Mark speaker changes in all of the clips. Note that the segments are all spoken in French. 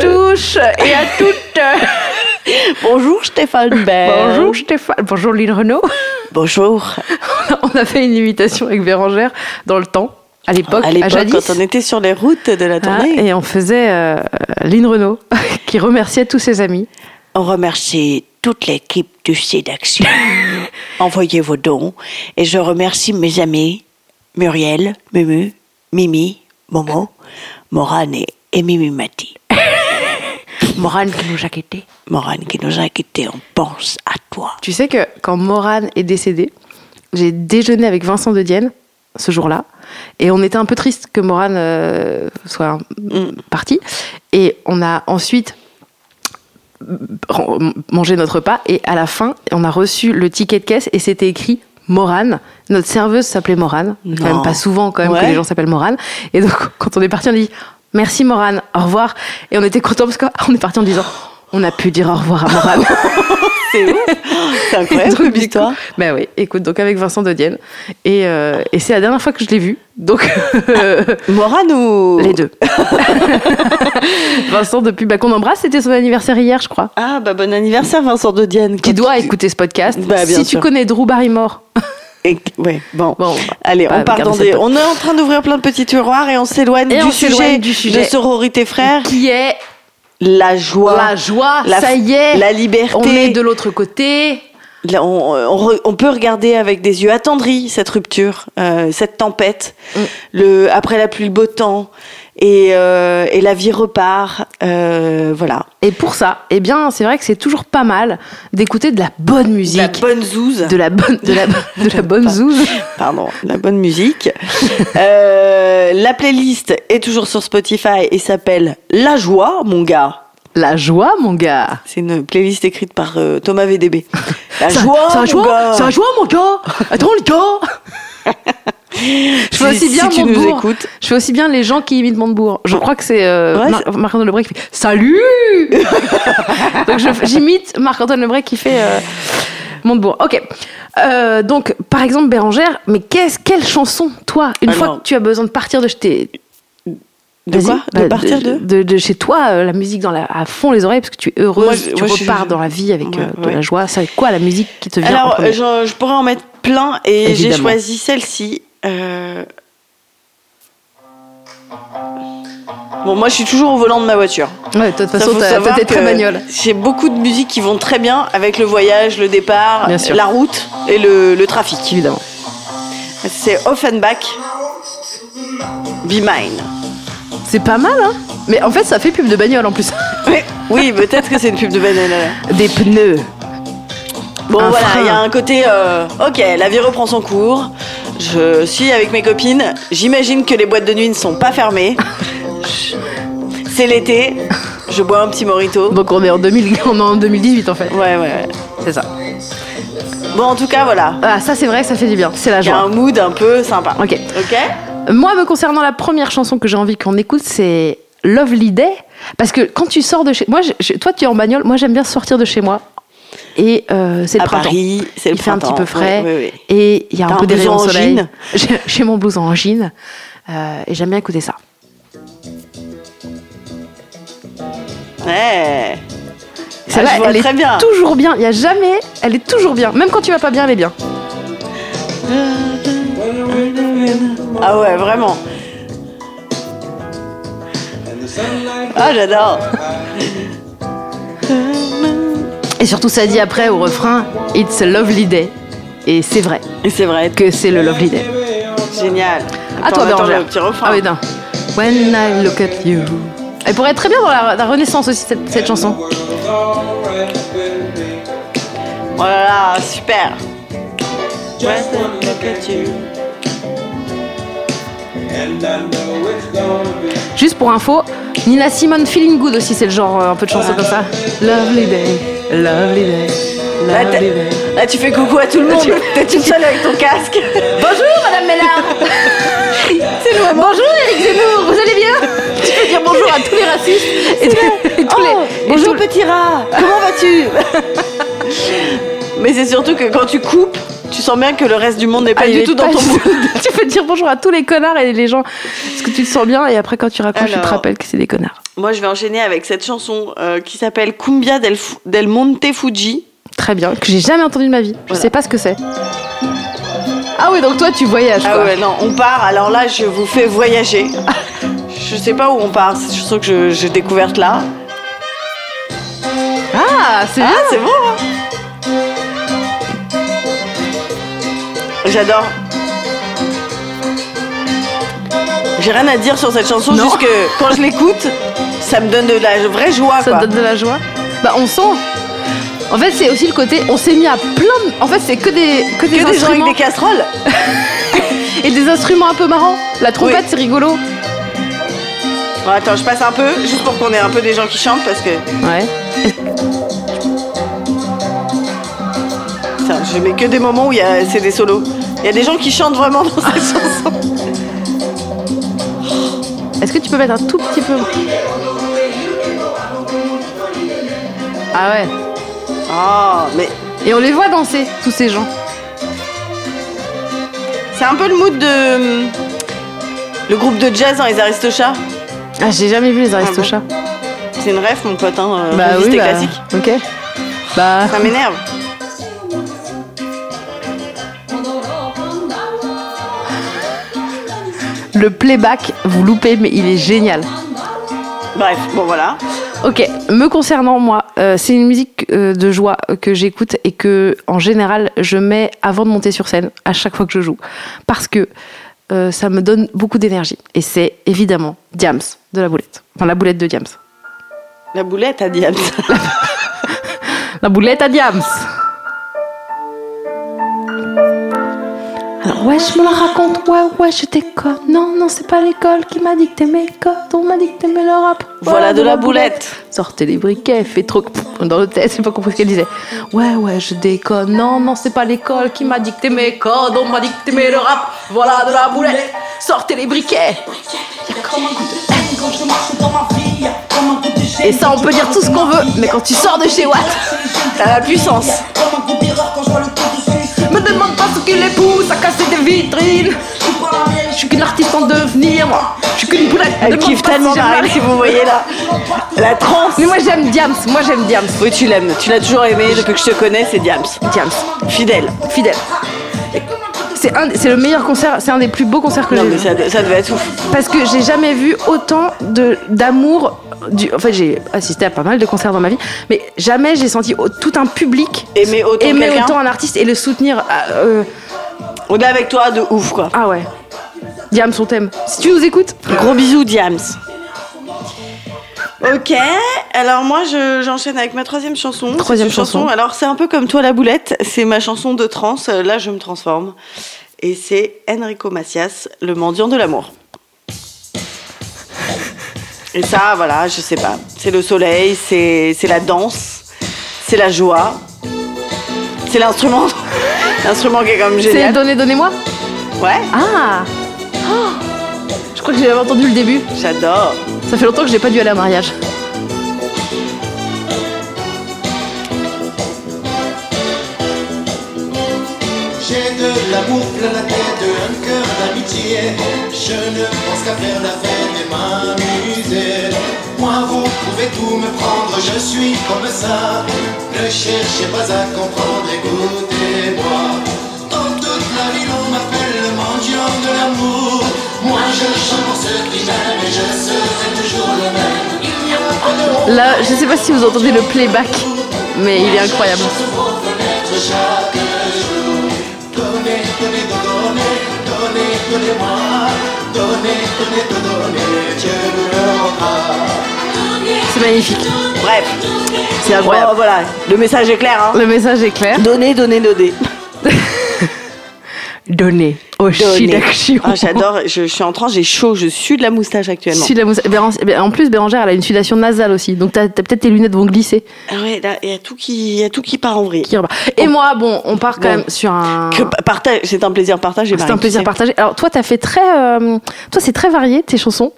Speaker 1: tous et à toutes.
Speaker 2: Bonjour Stéphane Bell.
Speaker 1: Bonjour Stéphane. Bonjour Lynn Renault.
Speaker 2: Bonjour.
Speaker 1: On a fait une imitation avec Bérangère dans le temps, à l'époque,
Speaker 2: À
Speaker 1: à,
Speaker 2: l'époque,
Speaker 1: jadis.
Speaker 2: quand on était sur les routes de la
Speaker 1: Ah,
Speaker 2: tournée,
Speaker 1: et on faisait euh, Lynn Renault qui remerciait tous ses amis.
Speaker 2: on remercie toute l'équipe du Sédaction. Envoyez vos dons. Et je remercie mes amis Muriel, Mumu, Mimi, Momo, Morane et, et Mimi Mati.
Speaker 1: Morane qui nous a quittés.
Speaker 2: Morane qui nous a quittés, on pense à toi.
Speaker 1: Tu sais que quand Morane est décédée, j'ai déjeuné avec Vincent de Dienne ce jour-là. Et on était un peu triste que Morane euh, soit
Speaker 2: Mm.
Speaker 1: euh, partie. Et on a ensuite ren- mangé notre repas. Et à la fin, on a reçu le ticket de caisse et c'était écrit Morane. Notre serveuse s'appelait Morane. C'est Quand
Speaker 2: Non.
Speaker 1: même pas souvent quand même que
Speaker 2: Ouais.
Speaker 1: les gens s'appellent Morane. Et donc quand on est parti, on a dit merci Morane, au revoir. Et on était contents parce qu'on est parti en disant on a pu dire au revoir à Morane.
Speaker 2: C'est ouf. C'est incroyable
Speaker 1: Donc,
Speaker 2: comme
Speaker 1: du coup-
Speaker 2: histoire.
Speaker 1: Bah oui, écoute, donc avec Vincent Dodienne. Et, euh, et c'est la dernière fois que je l'ai vu. Donc, euh,
Speaker 2: Morane ou.
Speaker 1: les deux. Vincent, depuis bah, qu'on embrasse, c'était son anniversaire hier, je crois.
Speaker 2: Ah, bah bon anniversaire, Vincent de Dienne.
Speaker 1: Qui doit écouter ce podcast.
Speaker 2: Ah, Bah, bien
Speaker 1: si
Speaker 2: sûr.
Speaker 1: tu connais Drew Barrymore.
Speaker 2: Et- ouais, bon.
Speaker 1: Bon,
Speaker 2: Allez,
Speaker 1: bah,
Speaker 2: on part
Speaker 1: garde
Speaker 2: dans
Speaker 1: cette
Speaker 2: des...
Speaker 1: pote.
Speaker 2: On est en train d'ouvrir plein de petits tiroirs et on s'éloigne
Speaker 1: Et
Speaker 2: du,
Speaker 1: on
Speaker 2: sujet
Speaker 1: s'éloigne du sujet.
Speaker 2: de sororité frère.
Speaker 1: Qui est
Speaker 2: La joie.
Speaker 1: la joie,
Speaker 2: La-
Speaker 1: ça y est.
Speaker 2: la liberté.
Speaker 1: On est de l'autre côté.
Speaker 2: Là, on, on re- on peut regarder avec des yeux attendris cette rupture, euh, cette tempête,
Speaker 1: Mm.
Speaker 2: le après la pluie, le beau temps et, euh, et la vie repart. euh, voilà.
Speaker 1: Et pour ça, eh bien, c'est vrai que c'est toujours pas mal d'écouter de la bonne musique.
Speaker 2: La bonne zouze.
Speaker 1: de la bonne, de la, de la bonne zouze.
Speaker 2: Pardon, la bonne musique. Euh, la playlist est toujours sur Spotify et s'appelle La joie, mon gars.
Speaker 1: La joie, mon gars.
Speaker 2: C'est une playlist écrite par euh, Thomas VDB. La
Speaker 1: Ça-
Speaker 2: joie,
Speaker 1: ça
Speaker 2: mon
Speaker 1: joue,
Speaker 2: gars.
Speaker 1: ça joue, mon gars. Attends, les gars. Je fais
Speaker 2: Si-
Speaker 1: aussi bien
Speaker 2: si tu nous
Speaker 1: Montebourg.
Speaker 2: écoutes.
Speaker 1: Je fais aussi bien les gens qui imitent Montebourg. Je crois que c'est euh,
Speaker 2: Ouais,
Speaker 1: Mar- Marc-Antoine Lebray qui fait Salut Donc je- j'imite Marc-Antoine Lebray qui fait euh, Montebourg. Ok. Euh, donc, par exemple, Bérangère, mais qu'est-ce, quelle chanson, toi, une
Speaker 2: Alors-
Speaker 1: fois que tu as besoin de partir de chez tes-
Speaker 2: Ah De
Speaker 1: vas-y,
Speaker 2: quoi De
Speaker 1: bah,
Speaker 2: partir de,
Speaker 1: de, de chez toi, euh, la musique dans la, à fond les oreilles, parce que tu es heureuse,
Speaker 2: Moi, je-
Speaker 1: tu
Speaker 2: moi, je suis-
Speaker 1: repars dans la vie avec
Speaker 2: Ouais,
Speaker 1: euh, de
Speaker 2: ouais.
Speaker 1: la joie. C'est quoi la musique qui te vient en
Speaker 2: Alors,
Speaker 1: premier
Speaker 2: je, je pourrais en mettre plein et j'ai
Speaker 1: Évidemment.
Speaker 2: choisi celle-ci. Euh, Bon, moi, je suis toujours au volant de ma voiture.
Speaker 1: Ouais, de toute
Speaker 2: Ça,
Speaker 1: façon,
Speaker 2: faut
Speaker 1: t'as- t'as-
Speaker 2: savoir
Speaker 1: t'es très
Speaker 2: que
Speaker 1: bagnole.
Speaker 2: J'ai beaucoup de musiques qui vont très bien avec le voyage, le départ,
Speaker 1: Bien sûr.
Speaker 2: la route et le, le trafic.
Speaker 1: Évidemment.
Speaker 2: C'est Offenbach, Be Mine.
Speaker 1: C'est pas mal, hein Mais en fait, ça fait pub de bagnole en plus.
Speaker 2: Oui, peut-être que c'est une pub de Ben banane.
Speaker 1: Des pneus.
Speaker 2: Bon
Speaker 1: Un
Speaker 2: voilà,
Speaker 1: frein.
Speaker 2: il y a un côté euh, OK, la vie reprend son cours. Je suis avec mes copines. J'imagine que les boîtes de nuit ne sont pas fermées. Je- C'est l'été. Je bois un petit morito.
Speaker 1: Donc on est en, 2000, on est en 2018 en fait.
Speaker 2: Ouais, ouais, ouais.
Speaker 1: C'est ça.
Speaker 2: Bon, en tout cas, voilà.
Speaker 1: Ah, ça c'est vrai, que ça fait du bien. C'est la
Speaker 2: Il y a
Speaker 1: joie.
Speaker 2: un mood un peu sympa.
Speaker 1: Ok.
Speaker 2: OK
Speaker 1: Moi, me concernant, la première chanson que j'ai envie qu'on écoute, c'est Lovely Day. Parce que quand tu sors de chez. Moi, je- je- toi, tu es en bagnole. Moi, j'aime bien sortir de chez moi. Et euh, c'est le
Speaker 2: À
Speaker 1: printemps.
Speaker 2: Paris, c'est le
Speaker 1: Il fait un petit
Speaker 2: printemps.
Speaker 1: peu frais.
Speaker 2: Ouais, ouais, ouais.
Speaker 1: Et il y a
Speaker 2: T'as
Speaker 1: un
Speaker 2: un
Speaker 1: peu des rayons
Speaker 2: blouson
Speaker 1: de
Speaker 2: en
Speaker 1: soleil.
Speaker 2: jean
Speaker 1: J'ai j'ai mon blouson en jean. euh, et j'aime bien écouter ça.
Speaker 2: Ouais.
Speaker 1: Celle-là,
Speaker 2: Ah, je vois
Speaker 1: elle
Speaker 2: très
Speaker 1: est
Speaker 2: bien.
Speaker 1: toujours bien. Il y a jamais, elle est toujours bien. Même quand tu vas pas bien, elle est bien.
Speaker 2: Ah ouais, vraiment. Ah, j'adore.
Speaker 1: Et surtout, ça dit après au refrain, It's a lovely day. Et c'est vrai
Speaker 2: Et c'est vrai,
Speaker 1: que c'est le lovely day.
Speaker 2: génial.
Speaker 1: À toi,
Speaker 2: Attends, attends,
Speaker 1: Bérangère.
Speaker 2: le petit refrain.
Speaker 1: Ah oui, non. When I look at you. Elle pourrait être très bien dans la, la Renaissance aussi, cette, cette chanson.
Speaker 2: Oh là là, super.
Speaker 1: Juste pour info, Nina Simone Feeling Good aussi, c'est le genre euh, un peu de chanson comme ça. Lovely day, lovely day,
Speaker 2: Là, t'as-
Speaker 1: lovely day.
Speaker 2: là, Ah, tu fais coucou à tout
Speaker 1: Ah,
Speaker 2: le monde. T'es toute seule avec ton casque.
Speaker 1: Bonjour Madame Ménard C'est nous, Bonjour Eric Zemmour, vous allez bien Tu peux dire bonjour à tous les racistes et, tous- et tous les-
Speaker 2: Oh,
Speaker 1: et
Speaker 2: bonjour
Speaker 1: tous-
Speaker 2: petit rat. Comment vas-tu Mais c'est surtout que quand tu coupes, Tu sens bien que le reste du monde n'est pas
Speaker 1: Ah, il
Speaker 2: du
Speaker 1: est
Speaker 2: tout dans
Speaker 1: pas
Speaker 2: ton
Speaker 1: du
Speaker 2: monde.
Speaker 1: tout- tu peux dire bonjour à tous les connards et les gens. Parce que tu te sens bien et après, quand tu raccroches, tu te
Speaker 2: Alors.
Speaker 1: rappelles que c'est des connards.
Speaker 2: Moi, je vais enchaîner avec cette chanson euh, qui s'appelle Cumbia del, Fu- del Monte Fuji.
Speaker 1: Très bien, que j'ai jamais entendu de ma vie. Je
Speaker 2: Voilà.
Speaker 1: sais pas ce que c'est. Ah oui, donc toi, tu voyages
Speaker 2: Ah
Speaker 1: quoi.
Speaker 2: ouais, non, on part. Alors là, je vous fais voyager. Je sais pas où on part. Je sens que je- j'ai découverte là.
Speaker 1: Ah, c'est bien.
Speaker 2: Ah, c'est bon. hein. J'adore. J'ai rien à dire sur cette chanson,
Speaker 1: Non.
Speaker 2: juste que quand je l'écoute, ça me donne de la vraie joie.
Speaker 1: Ça
Speaker 2: quoi.
Speaker 1: te donne de la joie. Bah, on sent. En fait, c'est aussi le côté. On s'est mis à plein de. En fait, c'est que des, que des
Speaker 2: Que des gens avec
Speaker 1: instruments.
Speaker 2: des casseroles.
Speaker 1: Et des instruments un peu marrants. La trompette,
Speaker 2: Oui.
Speaker 1: c'est rigolo.
Speaker 2: Bon, attends, je passe un peu, juste pour qu'on ait un peu des gens qui chantent, parce que
Speaker 1: Ouais.
Speaker 2: putain, je mets que des moments où il y a- c'est des solos. Il y a des gens qui chantent vraiment dans cette chanson.
Speaker 1: Est-ce que tu peux mettre un tout petit peu. Ah ouais.
Speaker 2: Oh, mais
Speaker 1: Et on les voit danser, tous ces gens.
Speaker 2: c'est un peu le mood de. hum, Le groupe de jazz dans les Aristochats.
Speaker 1: Ah, j'ai jamais vu les Aristochats.
Speaker 2: C'est une rêve, mon pote, hein.
Speaker 1: Bah
Speaker 2: euh, résiste et classique.
Speaker 1: Ok. Bah,
Speaker 2: Ça m'énerve.
Speaker 1: le playback, vous loupez, mais il est génial.
Speaker 2: Bref, bon voilà.
Speaker 1: Ok, me concernant moi, euh, c'est une musique euh, de joie euh, que j'écoute et que en général je mets avant de monter sur scène à chaque fois que je joue parce que euh, ça me donne beaucoup d'énergie et c'est évidemment Diams de la boulette, enfin la boulette de Diams,
Speaker 2: La boulette à diable.
Speaker 1: la boulette à Diams. Alors ouais, je me la raconte, ouais ouais, je déconne. Non non, c'est pas l'école qui m'a dicté mes codes, on m'a dicté mes le rap.
Speaker 2: voilà de la boulette.
Speaker 1: Sortez les briquets, fais trop dans le test, j'ai pas compris ce qu'elle disait. Ouais, ouais, je déconne. Non, non, c'est pas l'école qui m'a dicté mes codes, on m'a dicté mes le rap. Voilà de la boulette. Sortez les briquets.
Speaker 3: Et ça, on peut dire tout ce qu'on veut, mais quand tu sors de chez Watt,
Speaker 2: T'as la puissance.
Speaker 1: Me demande pas ce qui les pousse à casser des vitrines. Je suis qu'une artiste en devenir, moi. Je suis qu'une boulette. Me
Speaker 2: Elle
Speaker 1: demande
Speaker 2: kiffe
Speaker 1: pas si
Speaker 2: tellement
Speaker 1: j'aime
Speaker 2: ma rêve,
Speaker 1: la-
Speaker 2: si vous voyez là. La transe.
Speaker 1: Mais moi j'aime Diams, moi j'aime Diams.
Speaker 2: Oui, tu l'aimes. Tu l'as toujours aimé depuis que je te connais, c'est Diams.
Speaker 1: Diams,
Speaker 2: Fidèle.
Speaker 1: fidèle. C'est un, c'est le meilleur concert, c'est un des plus beaux concerts que
Speaker 2: Non,
Speaker 1: j'ai
Speaker 2: mais
Speaker 1: vu.
Speaker 2: ça, ça devait être ouf.
Speaker 1: Parce que j'ai jamais vu autant de d'amour. Du... En fait, j'ai assisté à pas mal de concerts dans ma vie, mais jamais j'ai senti au- tout un public
Speaker 2: Aimer autant
Speaker 1: aimer
Speaker 2: quelqu'un.
Speaker 1: autant un artiste et le soutenir. à- euh,
Speaker 2: On est avec toi de ouf, quoi.
Speaker 1: Ah ouais. Diam, son thème. Si tu nous écoutes,
Speaker 2: Gros bisous, Diams. Euh, Ok, alors moi je- j'enchaîne avec ma troisième chanson. C'est
Speaker 1: Troisième
Speaker 2: une
Speaker 1: chanson.
Speaker 2: Alors c'est un peu comme toi la boulette, c'est ma chanson de trance, euh, là je me transforme. Et c'est Enrico Macias, Le mendiant de l'amour. Et ça, voilà, je sais pas. C'est le soleil, c'est c'est la danse, c'est la joie, c'est l'instrument. L'instrument qui est comme
Speaker 1: c'est
Speaker 2: génial.
Speaker 1: Donnez, donnez-moi.
Speaker 2: Ouais,
Speaker 1: Ah Oh Je crois que j'avais entendu le début.
Speaker 2: j'adore.
Speaker 1: Ça fait longtemps que j'ai pas dû aller à un mariage.
Speaker 4: J'ai de l'amour plein la tête, un cœur d'amitié. Je ne pense qu'à faire la fête et m'amuser. Moi, vous pouvez tout me prendre, je suis comme ça. Ne cherchez pas à comprendre, écoutez-moi. Dans toute la ville, on m'appelle le mendiant de l'amour. Moi, je chante pour ceux qui m'aiment et je serai toujours le même. Il n'y a pas de honte.
Speaker 1: Là, je sais pas si vous entendez le playback, mais il est incroyable.
Speaker 4: Je vous connaître chaque jour. Donnez, donnez, donnez, donnez, donnez-moi. Donnez, donnez, donnez, Dieu me le rendra.
Speaker 1: C'est magnifique.
Speaker 2: Bref,
Speaker 1: C'est incroyable.
Speaker 2: Bon, voilà, le message est clair. Hein.
Speaker 1: Le message est clair.
Speaker 2: Donner, donner, donner.
Speaker 1: Donnez. Oh, Shidakshi.
Speaker 2: Ah, J'adore, je, je suis en transe, j'ai chaud, je sue de la moustache actuellement.
Speaker 1: Sud- la moussa- Béran- eh ben, En plus, Bérangère, elle a une sudation nasale aussi. Donc, t'as t'as peut-être tes lunettes vont glisser.
Speaker 2: Ah ouais, là, il y, a tout qui- il y a tout qui part en vrille.
Speaker 1: Qui repart. Et moi, bon, on part quand
Speaker 2: Bon.
Speaker 1: même sur un.
Speaker 2: Que pa- partage- Ah, C'est un plaisir partagé.
Speaker 1: C'est
Speaker 2: Marie,
Speaker 1: un
Speaker 2: tu
Speaker 1: plaisir
Speaker 2: sais.
Speaker 1: partagé. Alors, toi, t'as fait très. euh, Toi, c'est très varié, tes chansons.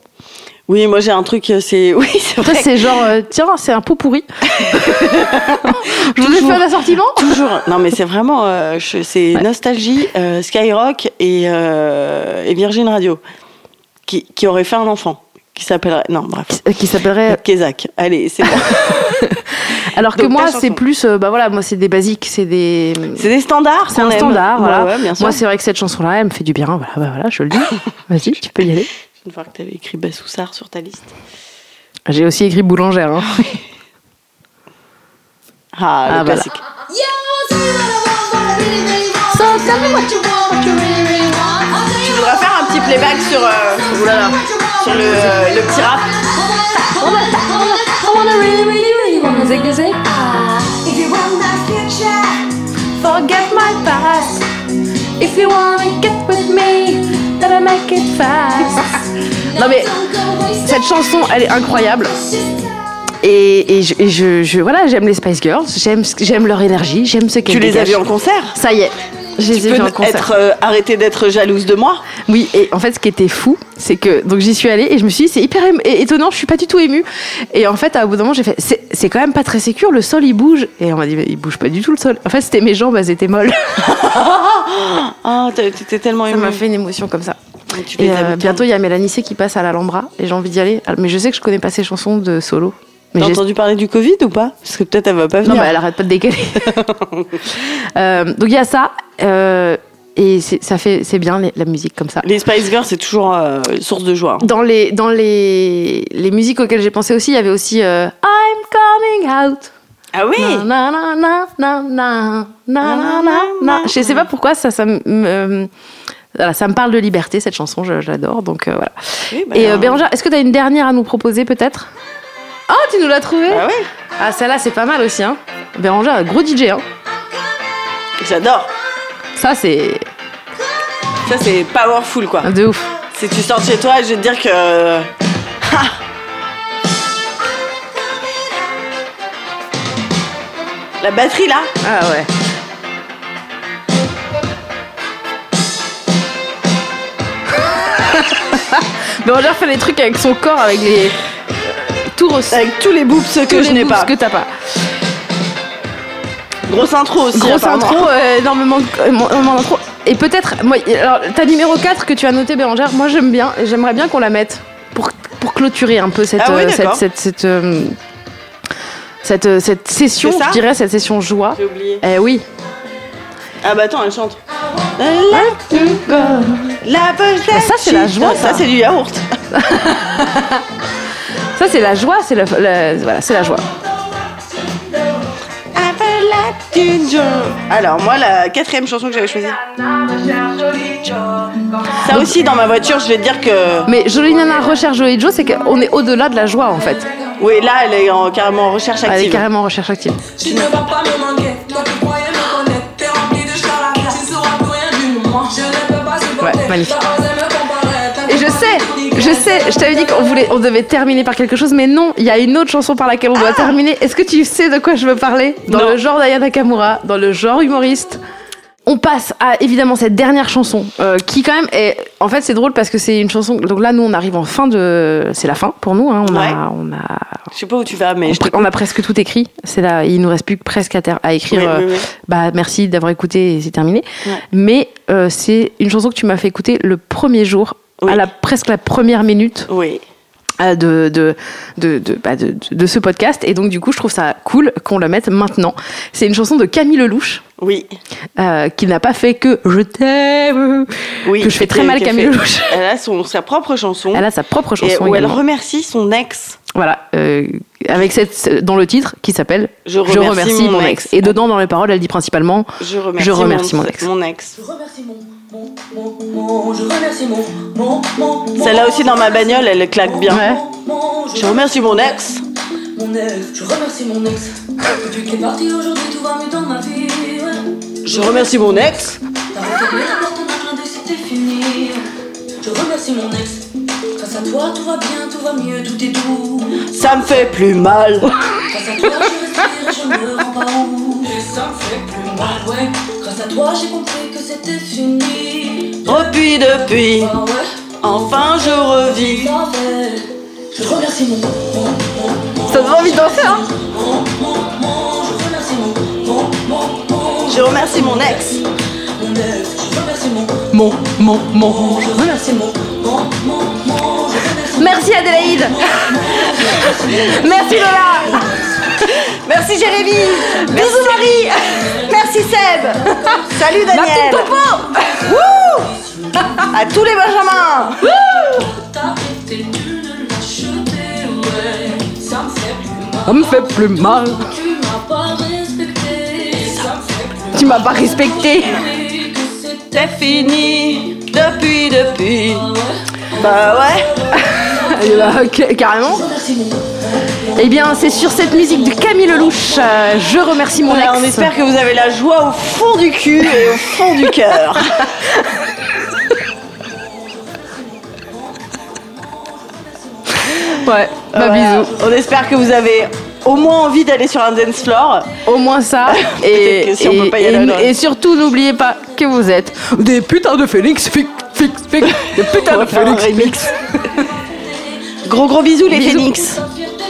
Speaker 2: Oui, moi j'ai un truc, euh, c'est. Oui, c'est
Speaker 1: Toi,
Speaker 2: vrai.
Speaker 1: c'est genre, euh, tiens, c'est un pot pourri. Je vous ai fait
Speaker 2: Toujours.
Speaker 1: un assortiment
Speaker 2: Toujours. Non, mais c'est vraiment. euh, je- c'est
Speaker 1: Ouais.
Speaker 2: Nostalgie, euh, Skyrock et, euh, et Virgin Radio qui, qui aurait fait un enfant qui s'appellerait. Non, bref.
Speaker 1: Euh, Qui s'appellerait.
Speaker 2: Kézak. Allez, c'est bon.
Speaker 1: Alors que
Speaker 2: Donc,
Speaker 1: moi,
Speaker 2: ta
Speaker 1: c'est
Speaker 2: chanson.
Speaker 1: plus. euh, bah voilà, moi, c'est des basiques, c'est des.
Speaker 2: c'est des standards.
Speaker 1: C'est
Speaker 2: qu'on
Speaker 1: un
Speaker 2: aime.
Speaker 1: standard,
Speaker 2: Ouais,
Speaker 1: voilà.
Speaker 2: ouais, bien sûr.
Speaker 1: Moi, c'est vrai que cette chanson-là, elle me fait du bien. Voilà, bah voilà, je le dis. Vas-y, tu peux y aller.
Speaker 2: Je viens de voir que t'avais écrit Bassoussard sur ta liste.
Speaker 1: J'ai aussi écrit boulangère. hein.
Speaker 2: Ah, le
Speaker 1: Ah, voilà.
Speaker 2: classique.
Speaker 5: Tu voudrais faire un petit playback sur, euh, oulala, sur le, euh, le petit rap
Speaker 6: Forget my past. If you wanna get with me, gotta make it fast.
Speaker 1: Non, mais cette chanson, elle est incroyable. Et, et je, et je- je- voilà, j'aime les Spice Girls, j'aime ce- j'aime leur énergie, j'aime ce qu'elles
Speaker 2: Tu les as
Speaker 1: dégagent.
Speaker 2: vus en concert
Speaker 1: Ça y est, je les ai vus en
Speaker 2: Peut
Speaker 1: concert.
Speaker 2: être euh, arrêtée d'être jalouse de moi.
Speaker 1: Oui, et en fait, ce qui était fou, c'est que donc j'y suis allée et je me suis dit, c'est hyper ém- é- étonnant, je suis pas du tout émue. Et en fait, à un bout d'un moment, j'ai fait, c'est c'est quand même pas très sécure, le sol il bouge. Et on m'a dit, mais il bouge pas du tout le sol. En fait, c'était mes jambes, elles étaient molles.
Speaker 2: Ah, t'es- t'étais tellement
Speaker 1: Ça m'a
Speaker 2: émue.
Speaker 1: fait une émotion comme ça.
Speaker 2: Tu les
Speaker 1: Et
Speaker 2: as
Speaker 1: euh,
Speaker 2: vus
Speaker 1: bientôt, il y a Mélanie C qui passe à l'Alhambra et j'ai envie d'y aller. Mais je sais que je connais pas ses chansons de solo. Mais
Speaker 2: T'as
Speaker 1: j'ai-
Speaker 2: entendu parler du Covid ou pas Parce que peut-être elle va pas venir.
Speaker 1: Non, mais elle arrête pas de décaler. Euh, donc il y a ça. euh, et c'est- ça fait, c'est bien les- la musique comme ça.
Speaker 2: Les Spice Girls, c'est toujours euh, source de joie.
Speaker 1: Dans les, dans les, les musiques auxquelles j'ai pensé aussi, il y avait aussi euh, I'm coming out.
Speaker 2: Ah oui
Speaker 1: Na, na, na, na, na, na, na, na, na. Je sais pas pourquoi ça, ça me- me. Voilà, ça me parle de liberté cette chanson, je, je l'adore donc euh, voilà.
Speaker 2: Oui, bah,
Speaker 1: Et euh,
Speaker 2: euh,
Speaker 1: Bérangère, est-ce que tu as une dernière à nous proposer peut-être Ah, tu nous l'as trouvée
Speaker 2: Ah ouais
Speaker 1: Ah, celle-là c'est pas mal aussi hein. Bérangère, gros DJ hein.
Speaker 2: J'adore.
Speaker 1: Ça c'est
Speaker 2: Ça, c'est powerful, quoi.
Speaker 1: de ouf.
Speaker 2: Si tu sors de chez toi, je vais te dire que... euh, La batterie, là
Speaker 1: Ah ouais. Bérangère fait des trucs avec son corps avec les tout reçu.
Speaker 2: Avec tous les boobs Euh, que je n'ai pas.
Speaker 1: que t'as pas.
Speaker 2: Grosse intro aussi,
Speaker 1: Grosse
Speaker 2: apparemment.
Speaker 1: intro, euh, énormément, euh, mon- mon intro. Et peut-être, moi, alors, ta numéro 4 que tu as noté, Bérangère, moi j'aime bien, et j'aimerais bien qu'on la mette pour, pour clôturer un peu cette,
Speaker 2: Ah oui,
Speaker 1: euh, cette,
Speaker 2: d'accord.
Speaker 1: cette, cette, euh, cette, euh, cette session,
Speaker 2: C'est ça
Speaker 1: je dirais, cette session joie.
Speaker 2: J'ai oublié.
Speaker 1: Eh oui.
Speaker 2: Ah bah attends, elle chante. La pochette
Speaker 1: Ah, ça, c'est la joie,
Speaker 2: Ça,
Speaker 1: ça.
Speaker 2: c'est du yaourt.
Speaker 1: Ça, c'est la joie, c'est la, la- voilà, c'est la joie.
Speaker 2: Alors moi la quatrième chanson que j'avais choisie. Ça aussi dans ma voiture je vais te dire que
Speaker 1: Mais Jolie Nana recherche Jolie Joe, c'est qu'on est au-delà de la joie en fait.
Speaker 2: oui là elle est en, carrément en recherche
Speaker 1: Elle est
Speaker 2: active.
Speaker 1: carrément en recherche active.
Speaker 7: Tu ne vas pas me manquer, toi qui croyais me connaître, t'es rempli de charabia, tu seras plus rien du moins. Je ne peux pas supporter,
Speaker 1: Ouais, magnifique.
Speaker 7: t'as osé me comparer, t'as
Speaker 1: Et je sais, je sais, je t'avais dit qu'on voulait, on devait terminer par quelque chose, mais non, il y a une autre chanson par laquelle on doit terminer. Est-ce que tu sais de quoi je veux parler Dans
Speaker 2: Ah Non.
Speaker 1: le genre d'Aya Nakamura, dans le genre humoriste. On passe à évidemment cette dernière chanson euh, qui quand même est en fait c'est drôle parce que c'est une chanson donc là nous on arrive en fin de c'est la fin pour nous hein, on
Speaker 2: Ouais.
Speaker 1: a on a
Speaker 2: Je sais pas où tu vas mais je
Speaker 1: on a presque tout écrit c'est là il nous reste plus que presque à, ter- à écrire
Speaker 2: Oui,
Speaker 1: euh,
Speaker 2: oui, oui.
Speaker 1: bah merci d'avoir écouté et c'est terminé.
Speaker 2: Ouais.
Speaker 1: Mais euh, c'est une chanson que tu m'as fait écouter le premier jour,
Speaker 2: Oui.
Speaker 1: à la presque la première minute
Speaker 2: Oui.
Speaker 1: euh, de de de de, bah, de de ce podcast et donc du coup je trouve ça cool qu'on la mette maintenant. C'est une chanson de Camille Lelouch
Speaker 2: Oui.
Speaker 1: euh, qui n'a pas fait que je t'aime
Speaker 2: Oui.
Speaker 1: que je fais très mal
Speaker 2: qu'elle
Speaker 1: Camille
Speaker 2: fait-
Speaker 1: Lelouch.
Speaker 2: Elle a son, sa propre chanson.
Speaker 1: Elle a sa propre
Speaker 2: et-
Speaker 1: chanson
Speaker 2: où elle
Speaker 1: également.
Speaker 2: remercie son ex.
Speaker 1: voilà euh, avec cette ce- dans le titre qui s'appelle
Speaker 2: Je remercie mon ex.
Speaker 1: et dedans dans les paroles elle dit principalement
Speaker 2: Je remercie,
Speaker 1: Je remercie mon ex.
Speaker 2: Mon ex.
Speaker 7: Je remercie mon, mon, mon, mon, je remercie mon, mon, mon, mon.
Speaker 2: Celle-là aussi dans ma bagnole elle claque bien.
Speaker 1: Ouais.
Speaker 7: Mon,
Speaker 2: Je remercie mon ex.
Speaker 7: mon ex, je remercie mon ex. Depuis qu'il est parti aujourd'hui, tout va mieux dans ma vie. ouais.
Speaker 2: Je remercie mon ex.
Speaker 7: T'as retourné la porte, on a plein de c'était fini. Je remercie mon ex. Grâce à toi, tout va bien, tout va mieux, tout est doux.
Speaker 2: Ça me fait plus mal.
Speaker 7: Grâce à toi, je respire, je me rends pas où. Et ça me fait plus mal, ouais. Grâce à toi, j'ai compris que c'était fini.
Speaker 2: Depuis depuis.
Speaker 7: Ah ouais,
Speaker 2: Enfin je revis.
Speaker 7: ça fait Je remercie mon. mon, mon,
Speaker 1: Ça donne envie de danser, hein
Speaker 7: mon, mon, mon, Je remercie mon. mon, mon, mon,
Speaker 2: Je remercie mon ex.
Speaker 7: Mon ex. Je remercie mon.
Speaker 1: Mon, mon, mon.
Speaker 7: mon, Je remercie mon. mon, mon, mon, Je remercie
Speaker 1: Merci Adélaïde Merci Lola
Speaker 2: Merci Jérémy. Bisous Marie. Merci Seb. Salut
Speaker 1: Ma petite
Speaker 2: Daniel.
Speaker 1: popo
Speaker 2: À tous les Benjamins.
Speaker 7: mon. T'arrêter de l'acheter, ouais. Ça me fait plus mal.
Speaker 1: Ça me fait plus mal
Speaker 7: Tu m'as pas respecté. Ça me fait plus
Speaker 1: Tu m'as pas respecté
Speaker 7: mal que c'était.
Speaker 2: C'est fini depuis, depuis. Bah ouais.
Speaker 1: Eh ben, ca- Carrément Eh bien, c'est sur cette musique de Camille Lelouch, euh, je remercie mon
Speaker 2: Voilà,
Speaker 1: ex.
Speaker 2: on espère que vous avez la joie au fond du cul et au fond du cœur.
Speaker 1: Ouais, bah
Speaker 2: Voilà.
Speaker 1: bisous.
Speaker 2: On espère que vous avez au moins envie d'aller sur un dance floor.
Speaker 1: Au moins ça.
Speaker 2: Peut-être
Speaker 1: et,
Speaker 2: que si on peut pas y
Speaker 1: et-
Speaker 2: aller, alors.
Speaker 1: et surtout, n'oubliez pas que vous êtes des putains de Félix. Fix, fix, fix. Des putains
Speaker 2: On
Speaker 1: de
Speaker 2: va faire un
Speaker 1: Félix.
Speaker 2: remix. Gros gros bisous les
Speaker 1: Bisous.
Speaker 2: phénix.
Speaker 7: Ta fierté